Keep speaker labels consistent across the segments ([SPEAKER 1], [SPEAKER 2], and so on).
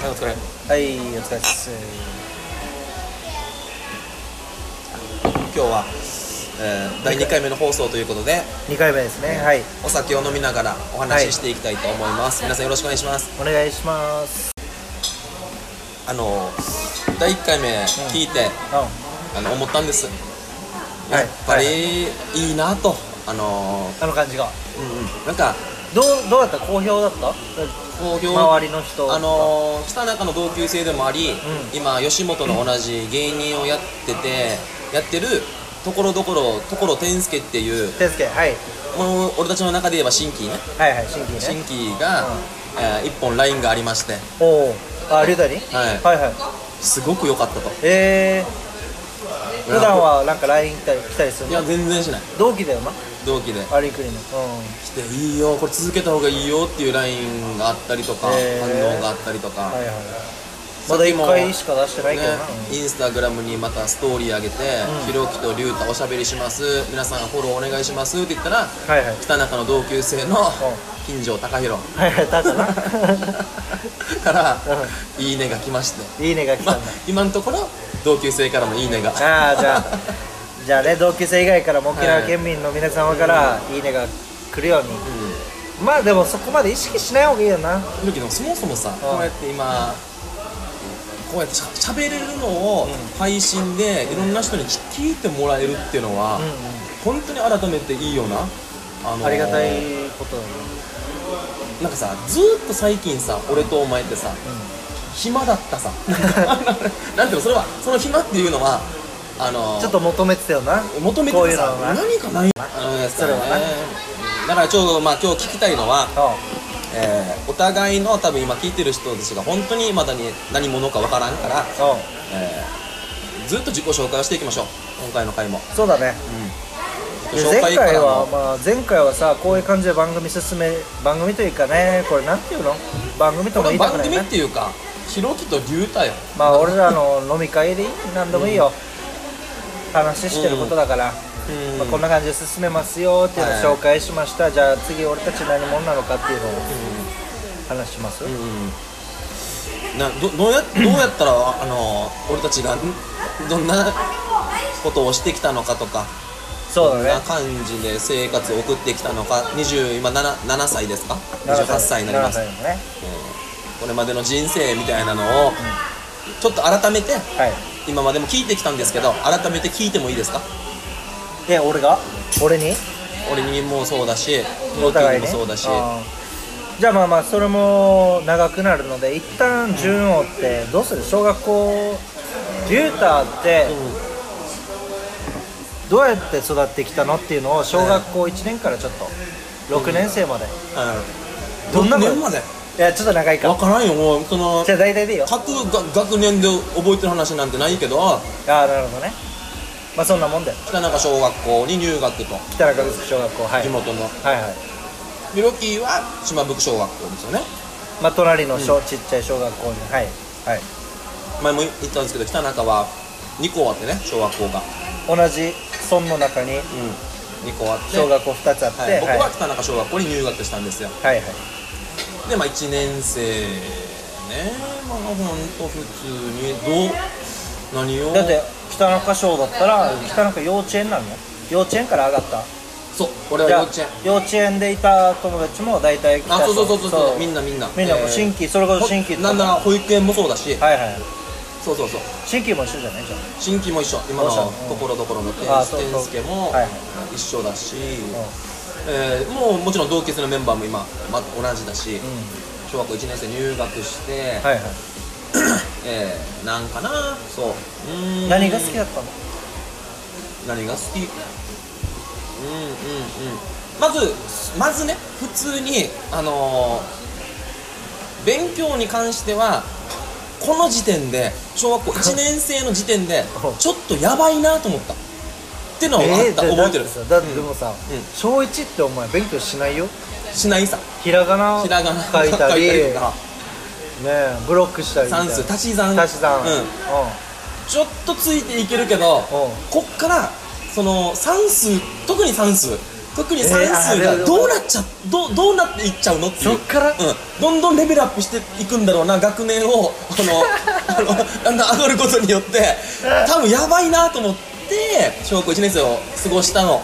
[SPEAKER 1] はいお疲れ
[SPEAKER 2] はいお疲れっす
[SPEAKER 1] 今日は、えー第2回目の放送ということで
[SPEAKER 2] 2回目ですねはい
[SPEAKER 1] お酒を飲みながらお話ししていきたいと思います、皆さんよろしくお願いします
[SPEAKER 2] お願いします
[SPEAKER 1] あのー第1回目聞いて、
[SPEAKER 2] う
[SPEAKER 1] あの思ったんです
[SPEAKER 2] んは
[SPEAKER 1] やっ
[SPEAKER 2] い
[SPEAKER 1] ぱり
[SPEAKER 2] はい
[SPEAKER 1] いいなとあの
[SPEAKER 2] あの感じが
[SPEAKER 1] ーうんうんなんか
[SPEAKER 2] どうどうだった好評だった
[SPEAKER 1] 東京
[SPEAKER 2] 周りの人
[SPEAKER 1] あのー、北中の同級生でもあり、
[SPEAKER 2] ん
[SPEAKER 1] 今吉本の同じ芸人をやっててやってるところどころところ天助っていう
[SPEAKER 2] 手付けはい
[SPEAKER 1] もう俺たちの中で言えば新規ね
[SPEAKER 2] はいはい新規ね
[SPEAKER 1] 新規が、
[SPEAKER 2] うん
[SPEAKER 1] えー一本ラインがありまして
[SPEAKER 2] おおあ龍太に
[SPEAKER 1] はい
[SPEAKER 2] はいはい
[SPEAKER 1] すごく良かったと
[SPEAKER 2] えー普段はなんか LINE 来たり来たりする
[SPEAKER 1] い
[SPEAKER 2] の
[SPEAKER 1] や全然しない
[SPEAKER 2] 同期だよな
[SPEAKER 1] 同期で
[SPEAKER 2] アリクリのうん
[SPEAKER 1] 来ていいよこれ続けた方がいいよっていうラインがあったりとか、
[SPEAKER 2] へー
[SPEAKER 1] 反応があったりとか、
[SPEAKER 2] はいはいまだ
[SPEAKER 1] さっきも
[SPEAKER 2] 1回しか出してないけどな
[SPEAKER 1] ね、インスタグラムにまたストーリー上げて、ひろきとりゅうたおしゃべりします皆さんフォローお願いしますって言ったら
[SPEAKER 2] はいはい
[SPEAKER 1] 北中の同級生の金城隆 弘
[SPEAKER 2] はいはいだか ら
[SPEAKER 1] から「
[SPEAKER 2] う
[SPEAKER 1] いいね」が来まして、
[SPEAKER 2] いいねが来
[SPEAKER 1] ま
[SPEAKER 2] た
[SPEAKER 1] あ
[SPEAKER 2] んだ、
[SPEAKER 1] 今のところ同級生からも「いいねが」
[SPEAKER 2] ああじゃあじゃあね同級生以外からも沖縄県民の皆様から「いいね」が来るように、
[SPEAKER 1] う
[SPEAKER 2] まあでもそこまで意識しない方がいいよなうん
[SPEAKER 1] ん、ひろきでもそもそもさこうやって今こうやってしゃしゃべれるのを配信でいろんな人に聞いてもらえるっていうのは、本当に改めていいよなあのー
[SPEAKER 2] ありがたいことだね
[SPEAKER 1] なんかさずーっと最近さ俺とお前ってさ、暇だった さなんていうのそれはその暇っていうのはあのー
[SPEAKER 2] ちょっと求めてたよな
[SPEAKER 1] 求めて
[SPEAKER 2] こう
[SPEAKER 1] た
[SPEAKER 2] いうの
[SPEAKER 1] さ
[SPEAKER 2] はな
[SPEAKER 1] 何かないあのやつだよね
[SPEAKER 2] それはな
[SPEAKER 1] だからちょうどまあ今日聞きたいのは、
[SPEAKER 2] う
[SPEAKER 1] えーお互いの多分今聞いてる人たちが本当にまだに何者かわからんから、
[SPEAKER 2] んうん
[SPEAKER 1] えーずっと自己紹介をしていきましょう今回の回も、
[SPEAKER 2] そうだね
[SPEAKER 1] 自
[SPEAKER 2] で
[SPEAKER 1] 己
[SPEAKER 2] 前
[SPEAKER 1] 紹介から
[SPEAKER 2] 回は、
[SPEAKER 1] の
[SPEAKER 2] まあ、前回はさこういう感じで番組進め番組というかねこれなんていうの番組とも
[SPEAKER 1] こ
[SPEAKER 2] 言
[SPEAKER 1] れ
[SPEAKER 2] いた
[SPEAKER 1] 番
[SPEAKER 2] くない
[SPEAKER 1] 組
[SPEAKER 2] ね
[SPEAKER 1] っていうかひろきと竜太よ
[SPEAKER 2] まあ俺らの飲み会でいい何でもいいよ、話してることだから、
[SPEAKER 1] うん
[SPEAKER 2] まあ、こんな感じで進めますよっていうのを紹介しました、じゃあ次俺たち何者なのかっていうのを話します、
[SPEAKER 1] うんなど どうやどうやったらあの俺たちがんどんなことをしてきたのかとか
[SPEAKER 2] そう
[SPEAKER 1] どんな
[SPEAKER 2] だね
[SPEAKER 1] 感じで生活を送ってきたのか20今 7, 7歳ですか
[SPEAKER 2] 7
[SPEAKER 1] 28歳になります、
[SPEAKER 2] 7歳のね
[SPEAKER 1] これまでの人生みたいなのをちょっと改めて
[SPEAKER 2] はい
[SPEAKER 1] 今までも聞いてきたんですけど改めて聞いてもいいですか
[SPEAKER 2] で俺が俺に
[SPEAKER 1] 俺にもそうだし
[SPEAKER 2] お
[SPEAKER 1] 同期
[SPEAKER 2] 互
[SPEAKER 1] にも
[SPEAKER 2] いね
[SPEAKER 1] そうだし、
[SPEAKER 2] あーじゃあまあまあそれも長くなるので一旦順を追ってどうする小学校リューターって
[SPEAKER 1] う
[SPEAKER 2] どうやって育ってきたのっていうのを小学校1年からちょっと6年生まで、
[SPEAKER 1] んあの
[SPEAKER 2] どんなこと
[SPEAKER 1] 年まで
[SPEAKER 2] いやちょっと長いか
[SPEAKER 1] 分からんよもうその
[SPEAKER 2] じゃあ大体でいいよ
[SPEAKER 1] 各学学年で覚えてる話なんてないけど
[SPEAKER 2] ああなるほどねまあそんなもんだよ
[SPEAKER 1] 北中小学校に入学と
[SPEAKER 2] 北中城小学校はい
[SPEAKER 1] 地元の
[SPEAKER 2] はいはい
[SPEAKER 1] ミロキーは島吹小学校ですよね
[SPEAKER 2] まあ隣の小、ちっちゃい小学校にはいはい
[SPEAKER 1] 前も言ったんですけど北中は2校あってね小学校が
[SPEAKER 2] 同じ村の中
[SPEAKER 1] う
[SPEAKER 2] に
[SPEAKER 1] ん2校あって
[SPEAKER 2] 小学校2つあって、
[SPEAKER 1] は
[SPEAKER 2] はいい、
[SPEAKER 1] 僕
[SPEAKER 2] はい
[SPEAKER 1] は北中小学校に入学したんですよ
[SPEAKER 2] はい
[SPEAKER 1] でまあ1年生ねまあほんと普通にどう何を
[SPEAKER 2] だって北中小だったら北中幼稚園なのよ幼稚園から上がった
[SPEAKER 1] そう俺は幼稚園
[SPEAKER 2] じゃあ幼稚園でいた友達も大体北
[SPEAKER 1] あ
[SPEAKER 2] 中
[SPEAKER 1] そうそうそうそうみんなみんな
[SPEAKER 2] みんなもう
[SPEAKER 1] 新
[SPEAKER 2] 新規、それこそ新規とか
[SPEAKER 1] なんなら保育園もそうだし
[SPEAKER 2] はいはい
[SPEAKER 1] そうそうそう
[SPEAKER 2] 新規も一緒じゃないじゃん
[SPEAKER 1] 新規も一緒今の
[SPEAKER 2] どうしたの
[SPEAKER 1] ところどころの天
[SPEAKER 2] あそうそう
[SPEAKER 1] 天助も
[SPEAKER 2] はいはい
[SPEAKER 1] 一緒だし、えーもうもちろん同級生のメンバーも今、ま、同じだし、
[SPEAKER 2] うん
[SPEAKER 1] 小学校1年生入学して、
[SPEAKER 2] はいはい
[SPEAKER 1] えーなんかなそううーん
[SPEAKER 2] 何が好きだったの
[SPEAKER 1] 何が好きうんうんうんまずまずね普通にあのー勉強に関してはこの時点で小学校1年生の時点でちょっとやばいなと思ったってのはあった、
[SPEAKER 2] だ
[SPEAKER 1] 覚えてる
[SPEAKER 2] だってさだってでもさ、
[SPEAKER 1] うん
[SPEAKER 2] 小一ってお前勉強しないよ
[SPEAKER 1] しないさ
[SPEAKER 2] ひらがな
[SPEAKER 1] ひらがな
[SPEAKER 2] 書いた り
[SPEAKER 1] 書いたり
[SPEAKER 2] ね
[SPEAKER 1] とか
[SPEAKER 2] えブロックしたりみた
[SPEAKER 1] 算
[SPEAKER 2] いな
[SPEAKER 1] 数足し算
[SPEAKER 2] 足し算
[SPEAKER 1] うん、ちょっとついていけるけどこっからその算数特に算数特に算数
[SPEAKER 2] えーあ
[SPEAKER 1] が
[SPEAKER 2] ー
[SPEAKER 1] どうなっちゃどうどうなっていっちゃうのっていう
[SPEAKER 2] そっから
[SPEAKER 1] うん、どんどんレベルアップしていくんだろうな学年を あのあのだんだん上がることによって多分やばいなと思って小学校1年生を過ごしたの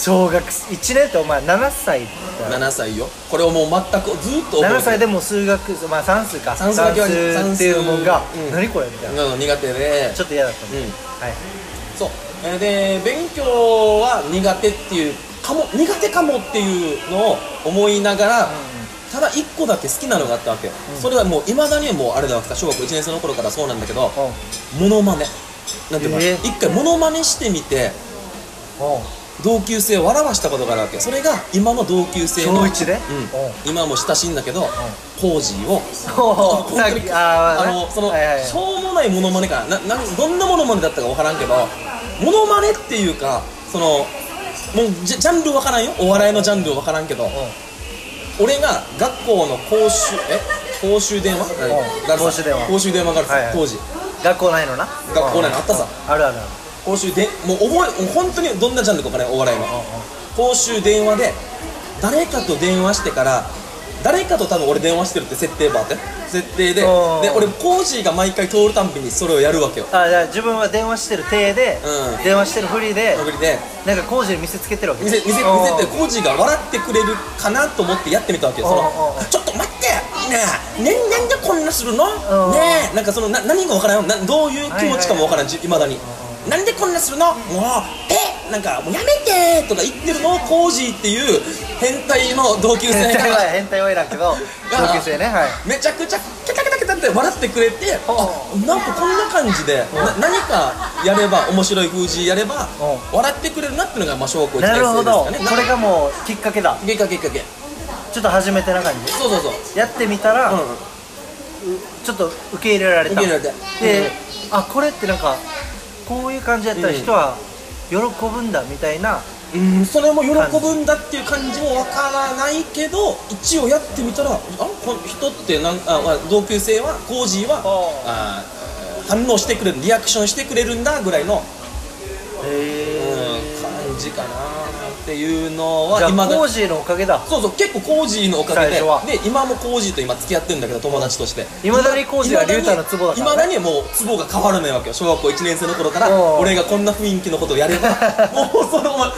[SPEAKER 2] 小学1年ってお前7歳だよ
[SPEAKER 1] 7歳よこれをもう全くずっと覚えてる
[SPEAKER 2] 7歳でもう数学まあ算数か
[SPEAKER 1] 算数だ
[SPEAKER 2] 算
[SPEAKER 1] け
[SPEAKER 2] 数
[SPEAKER 1] は
[SPEAKER 2] っていうもんが
[SPEAKER 1] 算数うん
[SPEAKER 2] 何これみたいな
[SPEAKER 1] うん苦手で
[SPEAKER 2] ちょっと嫌だったんだ
[SPEAKER 1] うん
[SPEAKER 2] はい
[SPEAKER 1] そうえーで勉強は苦手っていうかも苦手かもっていうのを思いながら、ただ一個だけ好きなのがあったわけよ、
[SPEAKER 2] うん
[SPEAKER 1] それはもういまだにもうあれだわけさ小学校1年生の頃からそうなんだけど
[SPEAKER 2] うん
[SPEAKER 1] モノマネなんていうのかな、
[SPEAKER 2] えー
[SPEAKER 1] 一回モノマネしてみて
[SPEAKER 2] うん
[SPEAKER 1] 同級生を笑わしたことがあるわけそれが今の同級生の
[SPEAKER 2] 小一で
[SPEAKER 1] うん
[SPEAKER 2] おう
[SPEAKER 1] 今も親しいんだけど、コージーを
[SPEAKER 2] おー
[SPEAKER 1] 本当に
[SPEAKER 2] あ
[SPEAKER 1] あ
[SPEAKER 2] ー
[SPEAKER 1] のその、
[SPEAKER 2] はいはいはい
[SPEAKER 1] しょうもないモノマネかなななんどんなモノマネだったか分からんけどモノマネっていうかそのもうジャジャンル分からんよお笑いのジャンル分からんけど、俺が学校の講習え公衆電話、
[SPEAKER 2] ん公衆電話
[SPEAKER 1] 公衆電話があるさ、
[SPEAKER 2] はいはい
[SPEAKER 1] 当時
[SPEAKER 2] 学校ないのな
[SPEAKER 1] 学校ないのあったさ
[SPEAKER 2] うんあるあるある
[SPEAKER 1] 公衆でもう覚えもう本当にどんなジャンルか分からんお笑いの、公衆電話で誰かと電話してから誰かと多分俺電話してるって設定バーって設定でで
[SPEAKER 2] うん
[SPEAKER 1] 俺コージーが毎回通るたんびにそれをやるわけよ
[SPEAKER 2] あじゃあ自分は電話してる体で
[SPEAKER 1] うん
[SPEAKER 2] 電話してるふりで
[SPEAKER 1] 送りで
[SPEAKER 2] なんか工事に見せつけてるわけ
[SPEAKER 1] 見せ見せ見せてコージーが笑ってくれるかなと思ってやってみたわけよその
[SPEAKER 2] うんうん
[SPEAKER 1] ちょっと待ってねえねなんでこんなする
[SPEAKER 2] う
[SPEAKER 1] の
[SPEAKER 2] ん
[SPEAKER 1] ねえなんかそのな何がわからんなどういう気持ちかもわからんじいまだになんでこんなするのもうえなんかもうやめてとか言ってるのをコージーっていう変態の同級生
[SPEAKER 2] 変態 は
[SPEAKER 1] が
[SPEAKER 2] 変態はいらんけど同級生ねはい
[SPEAKER 1] めちゃくちゃケタケタケタって笑ってくれて
[SPEAKER 2] う
[SPEAKER 1] あ
[SPEAKER 2] ん
[SPEAKER 1] なんかこんな感じでな何かやれば面白い封じやれば
[SPEAKER 2] う
[SPEAKER 1] 笑ってくれるなっていうのがまあ小学校1年
[SPEAKER 2] なるほ
[SPEAKER 1] 生
[SPEAKER 2] ど
[SPEAKER 1] ですかね
[SPEAKER 2] これがもうきっかけだ
[SPEAKER 1] きっかけきっかけ
[SPEAKER 2] ちょっと初めてな感じ
[SPEAKER 1] そうそうそう
[SPEAKER 2] やってみたら、
[SPEAKER 1] うん
[SPEAKER 2] ちょっと受け入れられた
[SPEAKER 1] 受け入れられた
[SPEAKER 2] で、
[SPEAKER 1] うん
[SPEAKER 2] あこれってなんかこういう感じやったら人は喜ぶんだみたいな、
[SPEAKER 1] うん、それも喜ぶんだっていう感じもわからないけど一応やってみたらあこの人ってなんあまあ同級生はコージーはあ反応してくれるリアクションしてくれるんだぐらいの、うん、感じかなっていうのは
[SPEAKER 2] じゃあ
[SPEAKER 1] 今
[SPEAKER 2] コー
[SPEAKER 1] だ
[SPEAKER 2] ジーのおかげだ
[SPEAKER 1] そうそう結構コージーのおかげ
[SPEAKER 2] 最初は
[SPEAKER 1] でで今もコージーと今付き合ってるんだけど友達として
[SPEAKER 2] いまだにコージーは竜太のツボだからね
[SPEAKER 1] いまだにもうツボが変わらないわけよ小学校1年生の頃から
[SPEAKER 2] おう
[SPEAKER 1] 俺がこんな雰囲気のことをやれ ばもうそれお前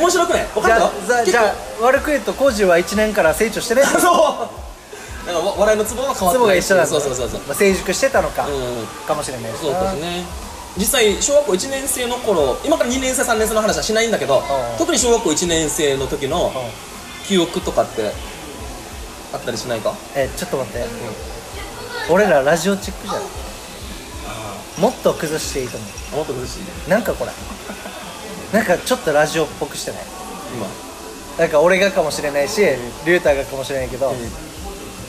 [SPEAKER 1] 面白くない分
[SPEAKER 2] じゃ
[SPEAKER 1] か
[SPEAKER 2] あ
[SPEAKER 1] った
[SPEAKER 2] ざじゃあ悪く言うとコージーは1年から成 長してね
[SPEAKER 1] あそうなんかわ笑いのツボが変わって
[SPEAKER 2] ツボが一緒なんだ
[SPEAKER 1] そうそうそうそう
[SPEAKER 2] まあ、成熟してたのか、
[SPEAKER 1] うん
[SPEAKER 2] かもしれないです
[SPEAKER 1] そう
[SPEAKER 2] な
[SPEAKER 1] ですね実際小学校1年生の頃今から2年生3年生の話はしないんだけど
[SPEAKER 2] ん
[SPEAKER 1] 特に小学校1年生の時の
[SPEAKER 2] うん
[SPEAKER 1] 記憶とかってあったりしないか
[SPEAKER 2] えちょっと待って、俺らラジオチックじゃんもっと崩していいと思
[SPEAKER 1] あもっと苦しいう
[SPEAKER 2] なんかこれなんかちょっとラジオっぽくしてない
[SPEAKER 1] 今
[SPEAKER 2] なんか俺がかもしれないしリュウタがかもしれないけど、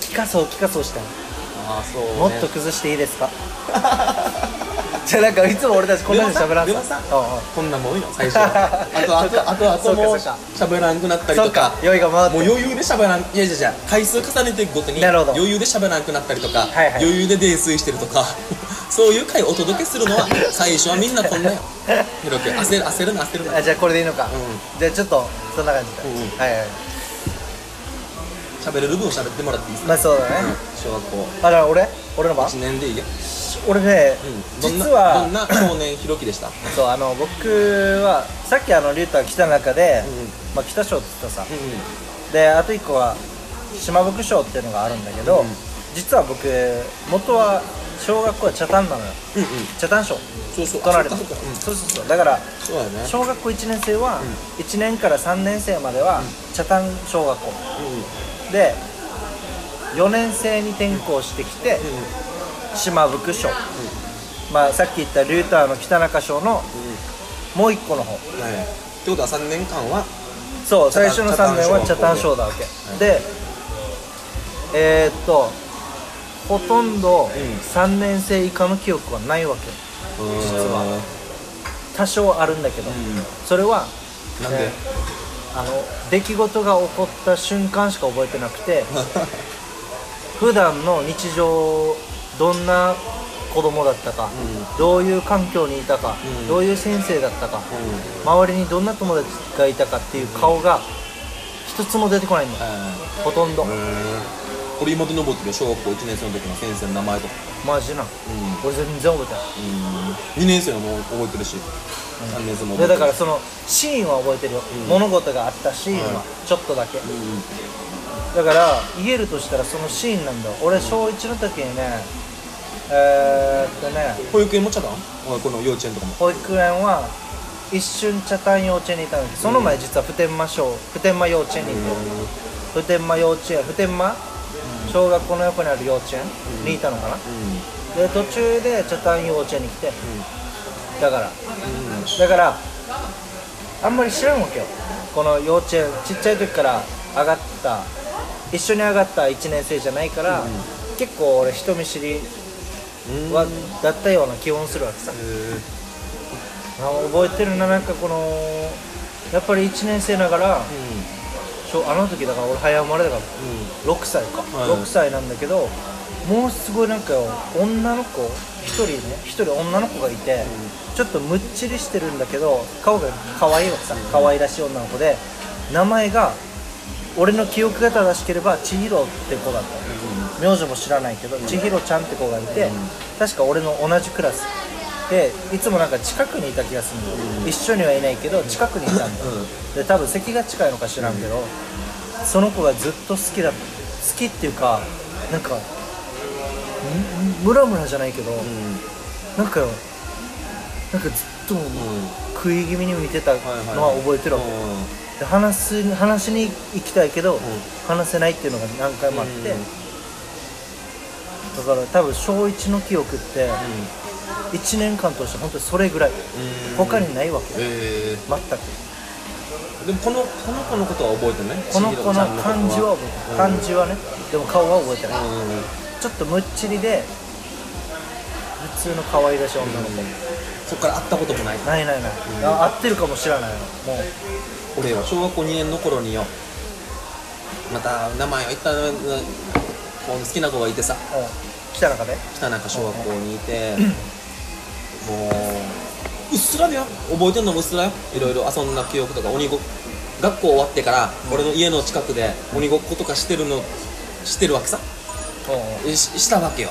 [SPEAKER 2] 聞かそう聞かそうしてない
[SPEAKER 1] ああそうね
[SPEAKER 2] もっと崩していいですかじゃあなんかいつも俺たちこんなに喋らん
[SPEAKER 1] でもさ
[SPEAKER 2] うんうん
[SPEAKER 1] こんなもんよ最初 はあとあ
[SPEAKER 2] そうか
[SPEAKER 1] とあとあ
[SPEAKER 2] そ
[SPEAKER 1] と
[SPEAKER 2] うか
[SPEAKER 1] もう
[SPEAKER 2] そうか
[SPEAKER 1] 喋らんくなったり
[SPEAKER 2] そ
[SPEAKER 1] と
[SPEAKER 2] うか
[SPEAKER 1] か
[SPEAKER 2] 酔いが回って
[SPEAKER 1] もう余裕で喋らんいやいやいや回数重ねていくごとに
[SPEAKER 2] なるほど
[SPEAKER 1] 余裕で喋らんくなったりとか、
[SPEAKER 2] はいはい
[SPEAKER 1] 余裕で泥酔してるとか そういう回をお届けする のは最初はみんなこんなよひろく焦る焦るな焦るな
[SPEAKER 2] あじゃあこれでいいのか、
[SPEAKER 1] う
[SPEAKER 2] じゃあちょっとそんな感じで、
[SPEAKER 1] うんうん
[SPEAKER 2] はいはい
[SPEAKER 1] 喋れる分喋ってもらっていいですか
[SPEAKER 2] まあそうだね、
[SPEAKER 1] 小学校
[SPEAKER 2] あだから俺俺の番
[SPEAKER 1] 1年でいいよ、
[SPEAKER 2] 俺ね、
[SPEAKER 1] うん、どんな
[SPEAKER 2] 実は
[SPEAKER 1] どんな少年ひろきでした
[SPEAKER 2] そうあの僕はさっきあの竜太が来た中で、
[SPEAKER 1] うん
[SPEAKER 2] まあ、北賞って言ったさ
[SPEAKER 1] うんうん
[SPEAKER 2] であと一個は島牧賞っていうのがあるんだけど、
[SPEAKER 1] うん
[SPEAKER 2] 実は僕元は小学校は茶炭なのよ
[SPEAKER 1] うん
[SPEAKER 2] 茶炭賞
[SPEAKER 1] そうそう
[SPEAKER 2] 取られた
[SPEAKER 1] そうかそうかうん
[SPEAKER 2] そうそうそうだから
[SPEAKER 1] そうだよね
[SPEAKER 2] 小学校1年生は1年から3年生までは茶炭小学校で4年生に転校してきて
[SPEAKER 1] うんうんうん
[SPEAKER 2] 島福賞、まあさっき言ったリューターの北中賞の
[SPEAKER 1] うん
[SPEAKER 2] もう1個の方
[SPEAKER 1] はい、ってことは3年間は
[SPEAKER 2] そう
[SPEAKER 1] 茶
[SPEAKER 2] 最
[SPEAKER 1] 炭
[SPEAKER 2] 初の3年は
[SPEAKER 1] 茶
[SPEAKER 2] 茶
[SPEAKER 1] 炭
[SPEAKER 2] 炭
[SPEAKER 1] 小
[SPEAKER 2] 賞だわけ、でえー、っとほとんど
[SPEAKER 1] ん
[SPEAKER 2] 3年生以下の記憶はないわけ
[SPEAKER 1] 実
[SPEAKER 2] は多少あるんだけど、それは
[SPEAKER 1] なんで、
[SPEAKER 2] ねあの出来事が起こった瞬間しか覚えてなくて普段の日常どんな子供だったか、どういう環境にいたか、
[SPEAKER 1] うん
[SPEAKER 2] どういう先生だったか、
[SPEAKER 1] うんうん
[SPEAKER 2] 周りにどんな友達がいたかっていう顔が一つも出てこないんだよほとんど、
[SPEAKER 1] これ今と登ってるよ小学校1年生の時の先生の名前とか
[SPEAKER 2] マジな
[SPEAKER 1] うん
[SPEAKER 2] 俺全然覚えてない
[SPEAKER 1] 2年生のも覚えてるし3年生も
[SPEAKER 2] い
[SPEAKER 1] 覚
[SPEAKER 2] や
[SPEAKER 1] え
[SPEAKER 2] だ
[SPEAKER 1] て
[SPEAKER 2] か
[SPEAKER 1] る
[SPEAKER 2] ら
[SPEAKER 1] し
[SPEAKER 2] そのシーンは覚えてるよ、
[SPEAKER 1] ん
[SPEAKER 2] 物事があったシーンは
[SPEAKER 1] は
[SPEAKER 2] ちょっとだけ、
[SPEAKER 1] うんうん
[SPEAKER 2] だから言えるとしたらそのシーンなんだよ俺小1の時にねえー、っとね
[SPEAKER 1] 保育園もちゃだんおいこの幼稚園とかも
[SPEAKER 2] 保育園は一瞬茶炭幼稚園にいたんだけどその前実は普天間小普天間幼稚園にいて普天間幼稚園普天間小学校の横にある幼稚園にいたのかなで途中で茶炭幼稚園に来てだからだからあんまり知らんわけよこの幼稚園ちっちゃい時から上がった一緒に上がった1年生じゃないから、結構俺人見知り
[SPEAKER 1] うんうん
[SPEAKER 2] は、だったような気もするわけさ
[SPEAKER 1] え
[SPEAKER 2] あ覚えてるななんかこのやっぱり1年生ながら
[SPEAKER 1] ー
[SPEAKER 2] 小あの時だから俺早生まれだから
[SPEAKER 1] うんうん
[SPEAKER 2] 6歳か、
[SPEAKER 1] はい
[SPEAKER 2] 6歳なんだけどもうすごいなんかよ女の子1人ね1人女の子がいて、ちょっとむっちりしてるんだけど顔が可愛いわけさ可愛らしい女の子で名前が俺の記憶が正しければ千尋って子だった名字も知らないけど千尋ちゃんって子がいて、確か俺の同じクラスでいつもなんか近くにいた気がするの、一緒にはいないけど近くにいたんだよ、で多分席が近いのか知らんけど、その子がずっと好きだ好きっていうかなんかんムラムラじゃないけど、なんかよなんかずっと食い気味に見てたのは覚えてるわけ、で話す話しに行きたいけど、話せないっていうのが何回もあって、
[SPEAKER 1] うん
[SPEAKER 2] だから多分小1の記憶って1年間通して本当にそれぐらい他にないわけ
[SPEAKER 1] え
[SPEAKER 2] 全く
[SPEAKER 1] ー、でもこのこの子のことは覚えてない
[SPEAKER 2] この子の漢字は覚えてる漢
[SPEAKER 1] 字
[SPEAKER 2] 字はねでも顔は覚えてない
[SPEAKER 1] うん
[SPEAKER 2] ちょっとむっちりで普通の可愛らしい女の子、
[SPEAKER 1] そっから会ったこともない
[SPEAKER 2] ないないない、
[SPEAKER 1] ん
[SPEAKER 2] あ合ってるかもしれないのもう
[SPEAKER 1] 俺は小学校2年の頃によまた名前を言ったのこう好きな子がいてさ
[SPEAKER 2] うん来た中で
[SPEAKER 1] 北中小学校にいてもううっすらだよ覚えてんのもうっすらよいろいろ遊んだ記憶とか鬼ごっ学校終わってから俺の家の近くで鬼ごっことかしてるのしてるわけさ
[SPEAKER 2] うんうん
[SPEAKER 1] ししたわけよ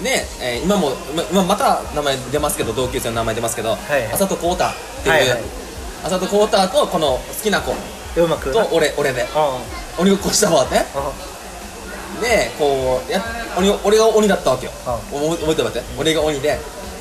[SPEAKER 2] うん
[SPEAKER 1] で、えー今もま今また名前出ますけど同級生の名前出ますけど、
[SPEAKER 2] はいはい
[SPEAKER 1] 浅戸浩太っていう、
[SPEAKER 2] はいはい
[SPEAKER 1] 浅戸浩太とこの好きな子
[SPEAKER 2] でうまくな
[SPEAKER 1] と俺俺で
[SPEAKER 2] うんう
[SPEAKER 1] 鬼
[SPEAKER 2] ん
[SPEAKER 1] ごっこしたわねでこうや鬼を俺が鬼だったわけよ
[SPEAKER 2] ああ
[SPEAKER 1] 覚え覚えてるわって俺が鬼で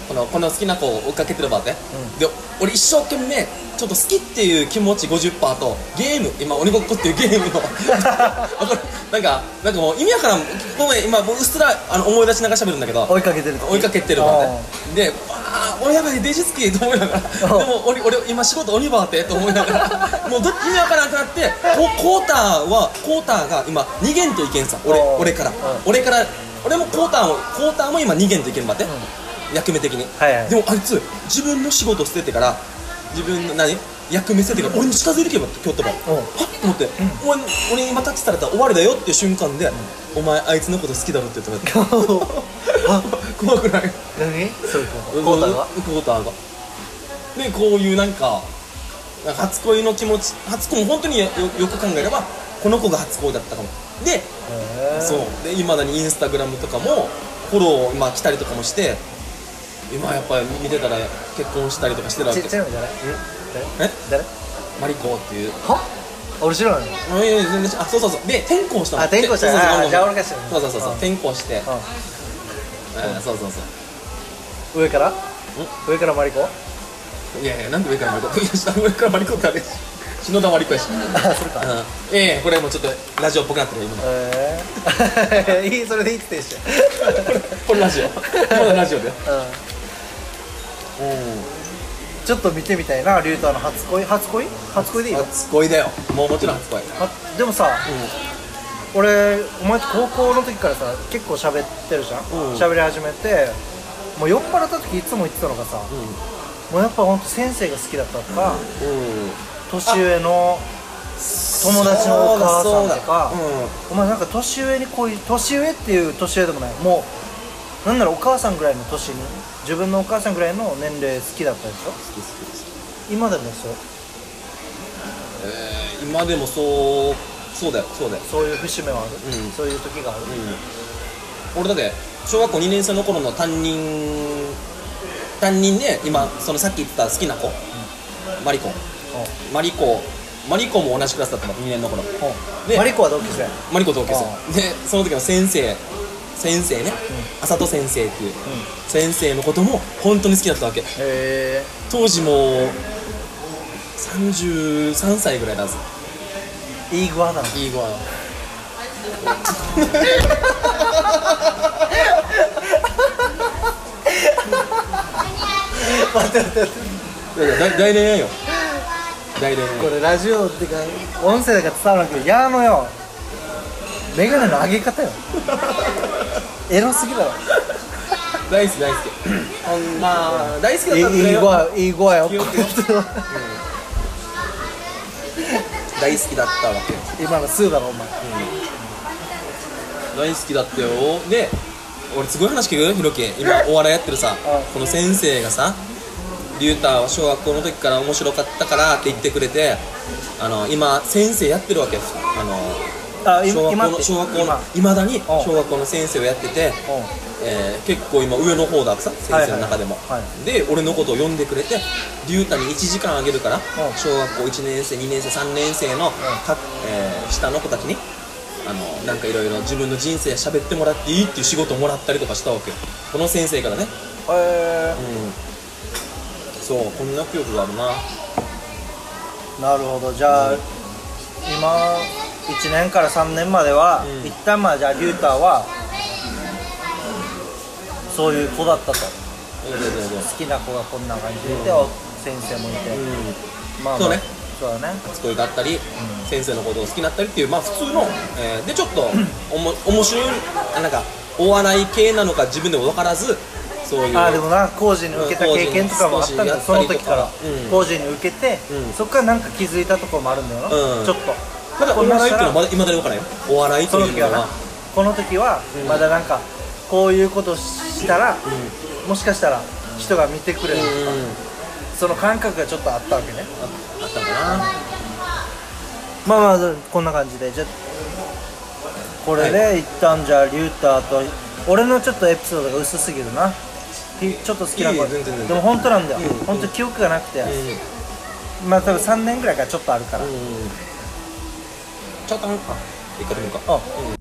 [SPEAKER 1] このこの好きな子を追っかけてるわって、
[SPEAKER 2] うん
[SPEAKER 1] で俺一生懸命ちょっと好きっていう気持ち50%とゲーム今鬼ご っこっていうゲームの わかるなんかなんかもう意味わからんごめん今もううっすらあの思い出しながら喋るんだけど
[SPEAKER 2] 追いかけてる時
[SPEAKER 1] 追いかけてるわねでわあ俺やばいデジスキーと思いながらでも俺俺今仕事鬼バーってと思いなが らもうどっちに分からなくなってこコーターはコーターが今逃げんといけんさ俺
[SPEAKER 2] おう
[SPEAKER 1] 俺から
[SPEAKER 2] うん
[SPEAKER 1] 俺から俺もコーターもコーターも今逃げんといけんばって、役目的に、
[SPEAKER 2] はいはい
[SPEAKER 1] でもあいつ自分の仕事捨ててから自分の何役目捨ててから俺に近づいてけば京都ばは
[SPEAKER 2] うん
[SPEAKER 1] っと思って、お前俺に今タッチされたら終わりだよっていう瞬間で、お前あいつのこと好きだろって言ってもらって 怖くない
[SPEAKER 2] 何そういうこと
[SPEAKER 1] コ
[SPEAKER 2] コ
[SPEAKER 1] ー
[SPEAKER 2] ー
[SPEAKER 1] ターが
[SPEAKER 2] ターが
[SPEAKER 1] クォーターがでこういうなんかなんか初恋の気持ち初恋も本当によよく考えればこの子が初恋だったかもで、
[SPEAKER 2] へー
[SPEAKER 1] そうでいまだにインスタグラムとかもフォロー今来たりとかもして今やっぱり見てたら結婚したりとかしてるわけ
[SPEAKER 2] ちちなみに誰
[SPEAKER 1] え
[SPEAKER 2] 誰
[SPEAKER 1] マリコっていう
[SPEAKER 2] は俺知らないの
[SPEAKER 1] あいやいや全然あそうそうそうで転校したの
[SPEAKER 2] あ転校した
[SPEAKER 1] でそうそうそう
[SPEAKER 2] あじゃあ俺が知らない
[SPEAKER 1] そうそうそうそう
[SPEAKER 2] うん
[SPEAKER 1] 転校してう
[SPEAKER 2] う
[SPEAKER 1] んそうそうそ
[SPEAKER 2] ん上から上からマリコ
[SPEAKER 1] ういやいやなんで上からマリコいや下上からマリコってあれやし篠田マリコやし
[SPEAKER 2] あそれかへ
[SPEAKER 1] うん、ええこれもうちょっとラジオっぽくなってる今の
[SPEAKER 2] え いいそれでいいって言ってん
[SPEAKER 1] これこ
[SPEAKER 2] じ
[SPEAKER 1] れラ ジオまだラジオだよ
[SPEAKER 2] ゃんうんちょっと見てみたいな、リュウタの初恋、初恋初恋でいいよ。
[SPEAKER 1] 初恋だよもうもちろん初恋
[SPEAKER 2] はでもさ、俺、お前と高校の時からさ、結構喋ってるじゃん
[SPEAKER 1] うん
[SPEAKER 2] 喋、り始めて、もう酔っ払った時いつも言ってたのがさ、もうやっぱほんと先生が好きだったとか、
[SPEAKER 1] うん、うん、
[SPEAKER 2] 年上の友達のお母さんとか、お前なんか年上にこういう、年上っていう年上でもない、もう、なんならお母さんぐらいの年に自分のお母さんぐらいの年齢好きだったでしょ
[SPEAKER 1] 好き好きです
[SPEAKER 2] 今でもそう
[SPEAKER 1] えー、今でもそうそうだよそうだよ
[SPEAKER 2] そういう節目はある、
[SPEAKER 1] うん
[SPEAKER 2] そういう時がある、
[SPEAKER 1] うん俺だって小学校2年生の頃の担任担任で今そのさっき言った好きな子、マリコマリコマリコも同じクラスだったの2年の頃
[SPEAKER 2] おう
[SPEAKER 1] で
[SPEAKER 2] マリコは同級生
[SPEAKER 1] マリコ同級生
[SPEAKER 2] あ
[SPEAKER 1] でその時の先生先生ね、あさと先生っていう先生のことも本当に好きだったわけ
[SPEAKER 2] へえ
[SPEAKER 1] 当時もう33歳ぐらいだぜ
[SPEAKER 2] イーグアナ
[SPEAKER 1] いい子は
[SPEAKER 2] 待って待って待って
[SPEAKER 1] いやいや大大恋愛 よ大恋愛
[SPEAKER 2] これラジオっていうか音声だから伝わらんけどやーのよメガネの上げ方よエロすぎだろ
[SPEAKER 1] 大好き大好き まあ大好きだったん
[SPEAKER 2] い
[SPEAKER 1] だ
[SPEAKER 2] いい
[SPEAKER 1] よ
[SPEAKER 2] 声いい声よ
[SPEAKER 1] いいよ大好きだったわけ
[SPEAKER 2] 今のスーだろお前
[SPEAKER 1] 大好きだったよで俺すごい話聞くひろき今お笑いやってるさ
[SPEAKER 2] ん
[SPEAKER 1] この先生がさ「竜太は小学校の時から面白かったから」って言ってくれてあの今先生やってるわけあの
[SPEAKER 2] あ
[SPEAKER 1] 小学校
[SPEAKER 2] 今今っ
[SPEAKER 1] の
[SPEAKER 2] て
[SPEAKER 1] 小学校
[SPEAKER 2] 今
[SPEAKER 1] の
[SPEAKER 2] うん
[SPEAKER 1] いまだに小学校の先生をやってて、えー結構今上の方だったさ先生の中でも、
[SPEAKER 2] はいはいは
[SPEAKER 1] で俺のことを呼んでくれて竜太に1時間あげるから、小学校1年生2年生3年生の各、えー下の子たちにあのなんかいろいろ自分の人生喋ってもらっていいっていう仕事をもらったりとかしたわけよこの先生からね
[SPEAKER 2] へ
[SPEAKER 1] うんそうこんな記憶があるな
[SPEAKER 2] ーなるほどじゃあ、今1年から3年までは、
[SPEAKER 1] うん
[SPEAKER 2] 一旦まあじゃあリューターはそういう子だったと
[SPEAKER 1] そうそうそう
[SPEAKER 2] 好きな子がこんな感じでいて、お先生もいて、
[SPEAKER 1] そううん
[SPEAKER 2] まあまあ
[SPEAKER 1] そうね
[SPEAKER 2] そうだね
[SPEAKER 1] 初恋があったり、先生のことを好きになったりっていうまあ普通の、えーでちょっとおも面白いあなんかお笑い系なのか自分でも分からずそういう
[SPEAKER 2] あーでもな工事に受けた経験とかもあったんだよ
[SPEAKER 1] 工
[SPEAKER 2] そ
[SPEAKER 1] 事
[SPEAKER 2] の
[SPEAKER 1] にやったり
[SPEAKER 2] 時
[SPEAKER 1] と
[SPEAKER 2] か
[SPEAKER 1] からうん
[SPEAKER 2] 工事に受けて、
[SPEAKER 1] うん
[SPEAKER 2] そっからなんか気づいたところもあるんだよな、
[SPEAKER 1] うん
[SPEAKER 2] ちょっと
[SPEAKER 1] ただお笑いっていうのはまだ未だに分からないよお笑い
[SPEAKER 2] そ
[SPEAKER 1] と
[SPEAKER 2] の
[SPEAKER 1] いう
[SPEAKER 2] 時
[SPEAKER 1] の
[SPEAKER 2] はな
[SPEAKER 1] は
[SPEAKER 2] この時は
[SPEAKER 1] うん
[SPEAKER 2] まだなんかこういうことしたら、もしかしたら人が見てくれる
[SPEAKER 1] うん、うん、
[SPEAKER 2] その感覚がちょっとあったわけね
[SPEAKER 1] ああったかな
[SPEAKER 2] まあまあこんな感じでじゃあこれ
[SPEAKER 1] は
[SPEAKER 2] で一旦じゃあリューターと俺のちょっとエピソードが薄すぎるなひちょっと好きない
[SPEAKER 1] い
[SPEAKER 2] 子
[SPEAKER 1] よ全然全然
[SPEAKER 2] でも本当なんだよ、
[SPEAKER 1] うん
[SPEAKER 2] 本当記憶がなくて、
[SPEAKER 1] うんうん
[SPEAKER 2] まあ多分3年ぐらいからちょっとあるから、
[SPEAKER 1] ちょっとなんか一回でもいいか
[SPEAKER 2] あ
[SPEAKER 1] うん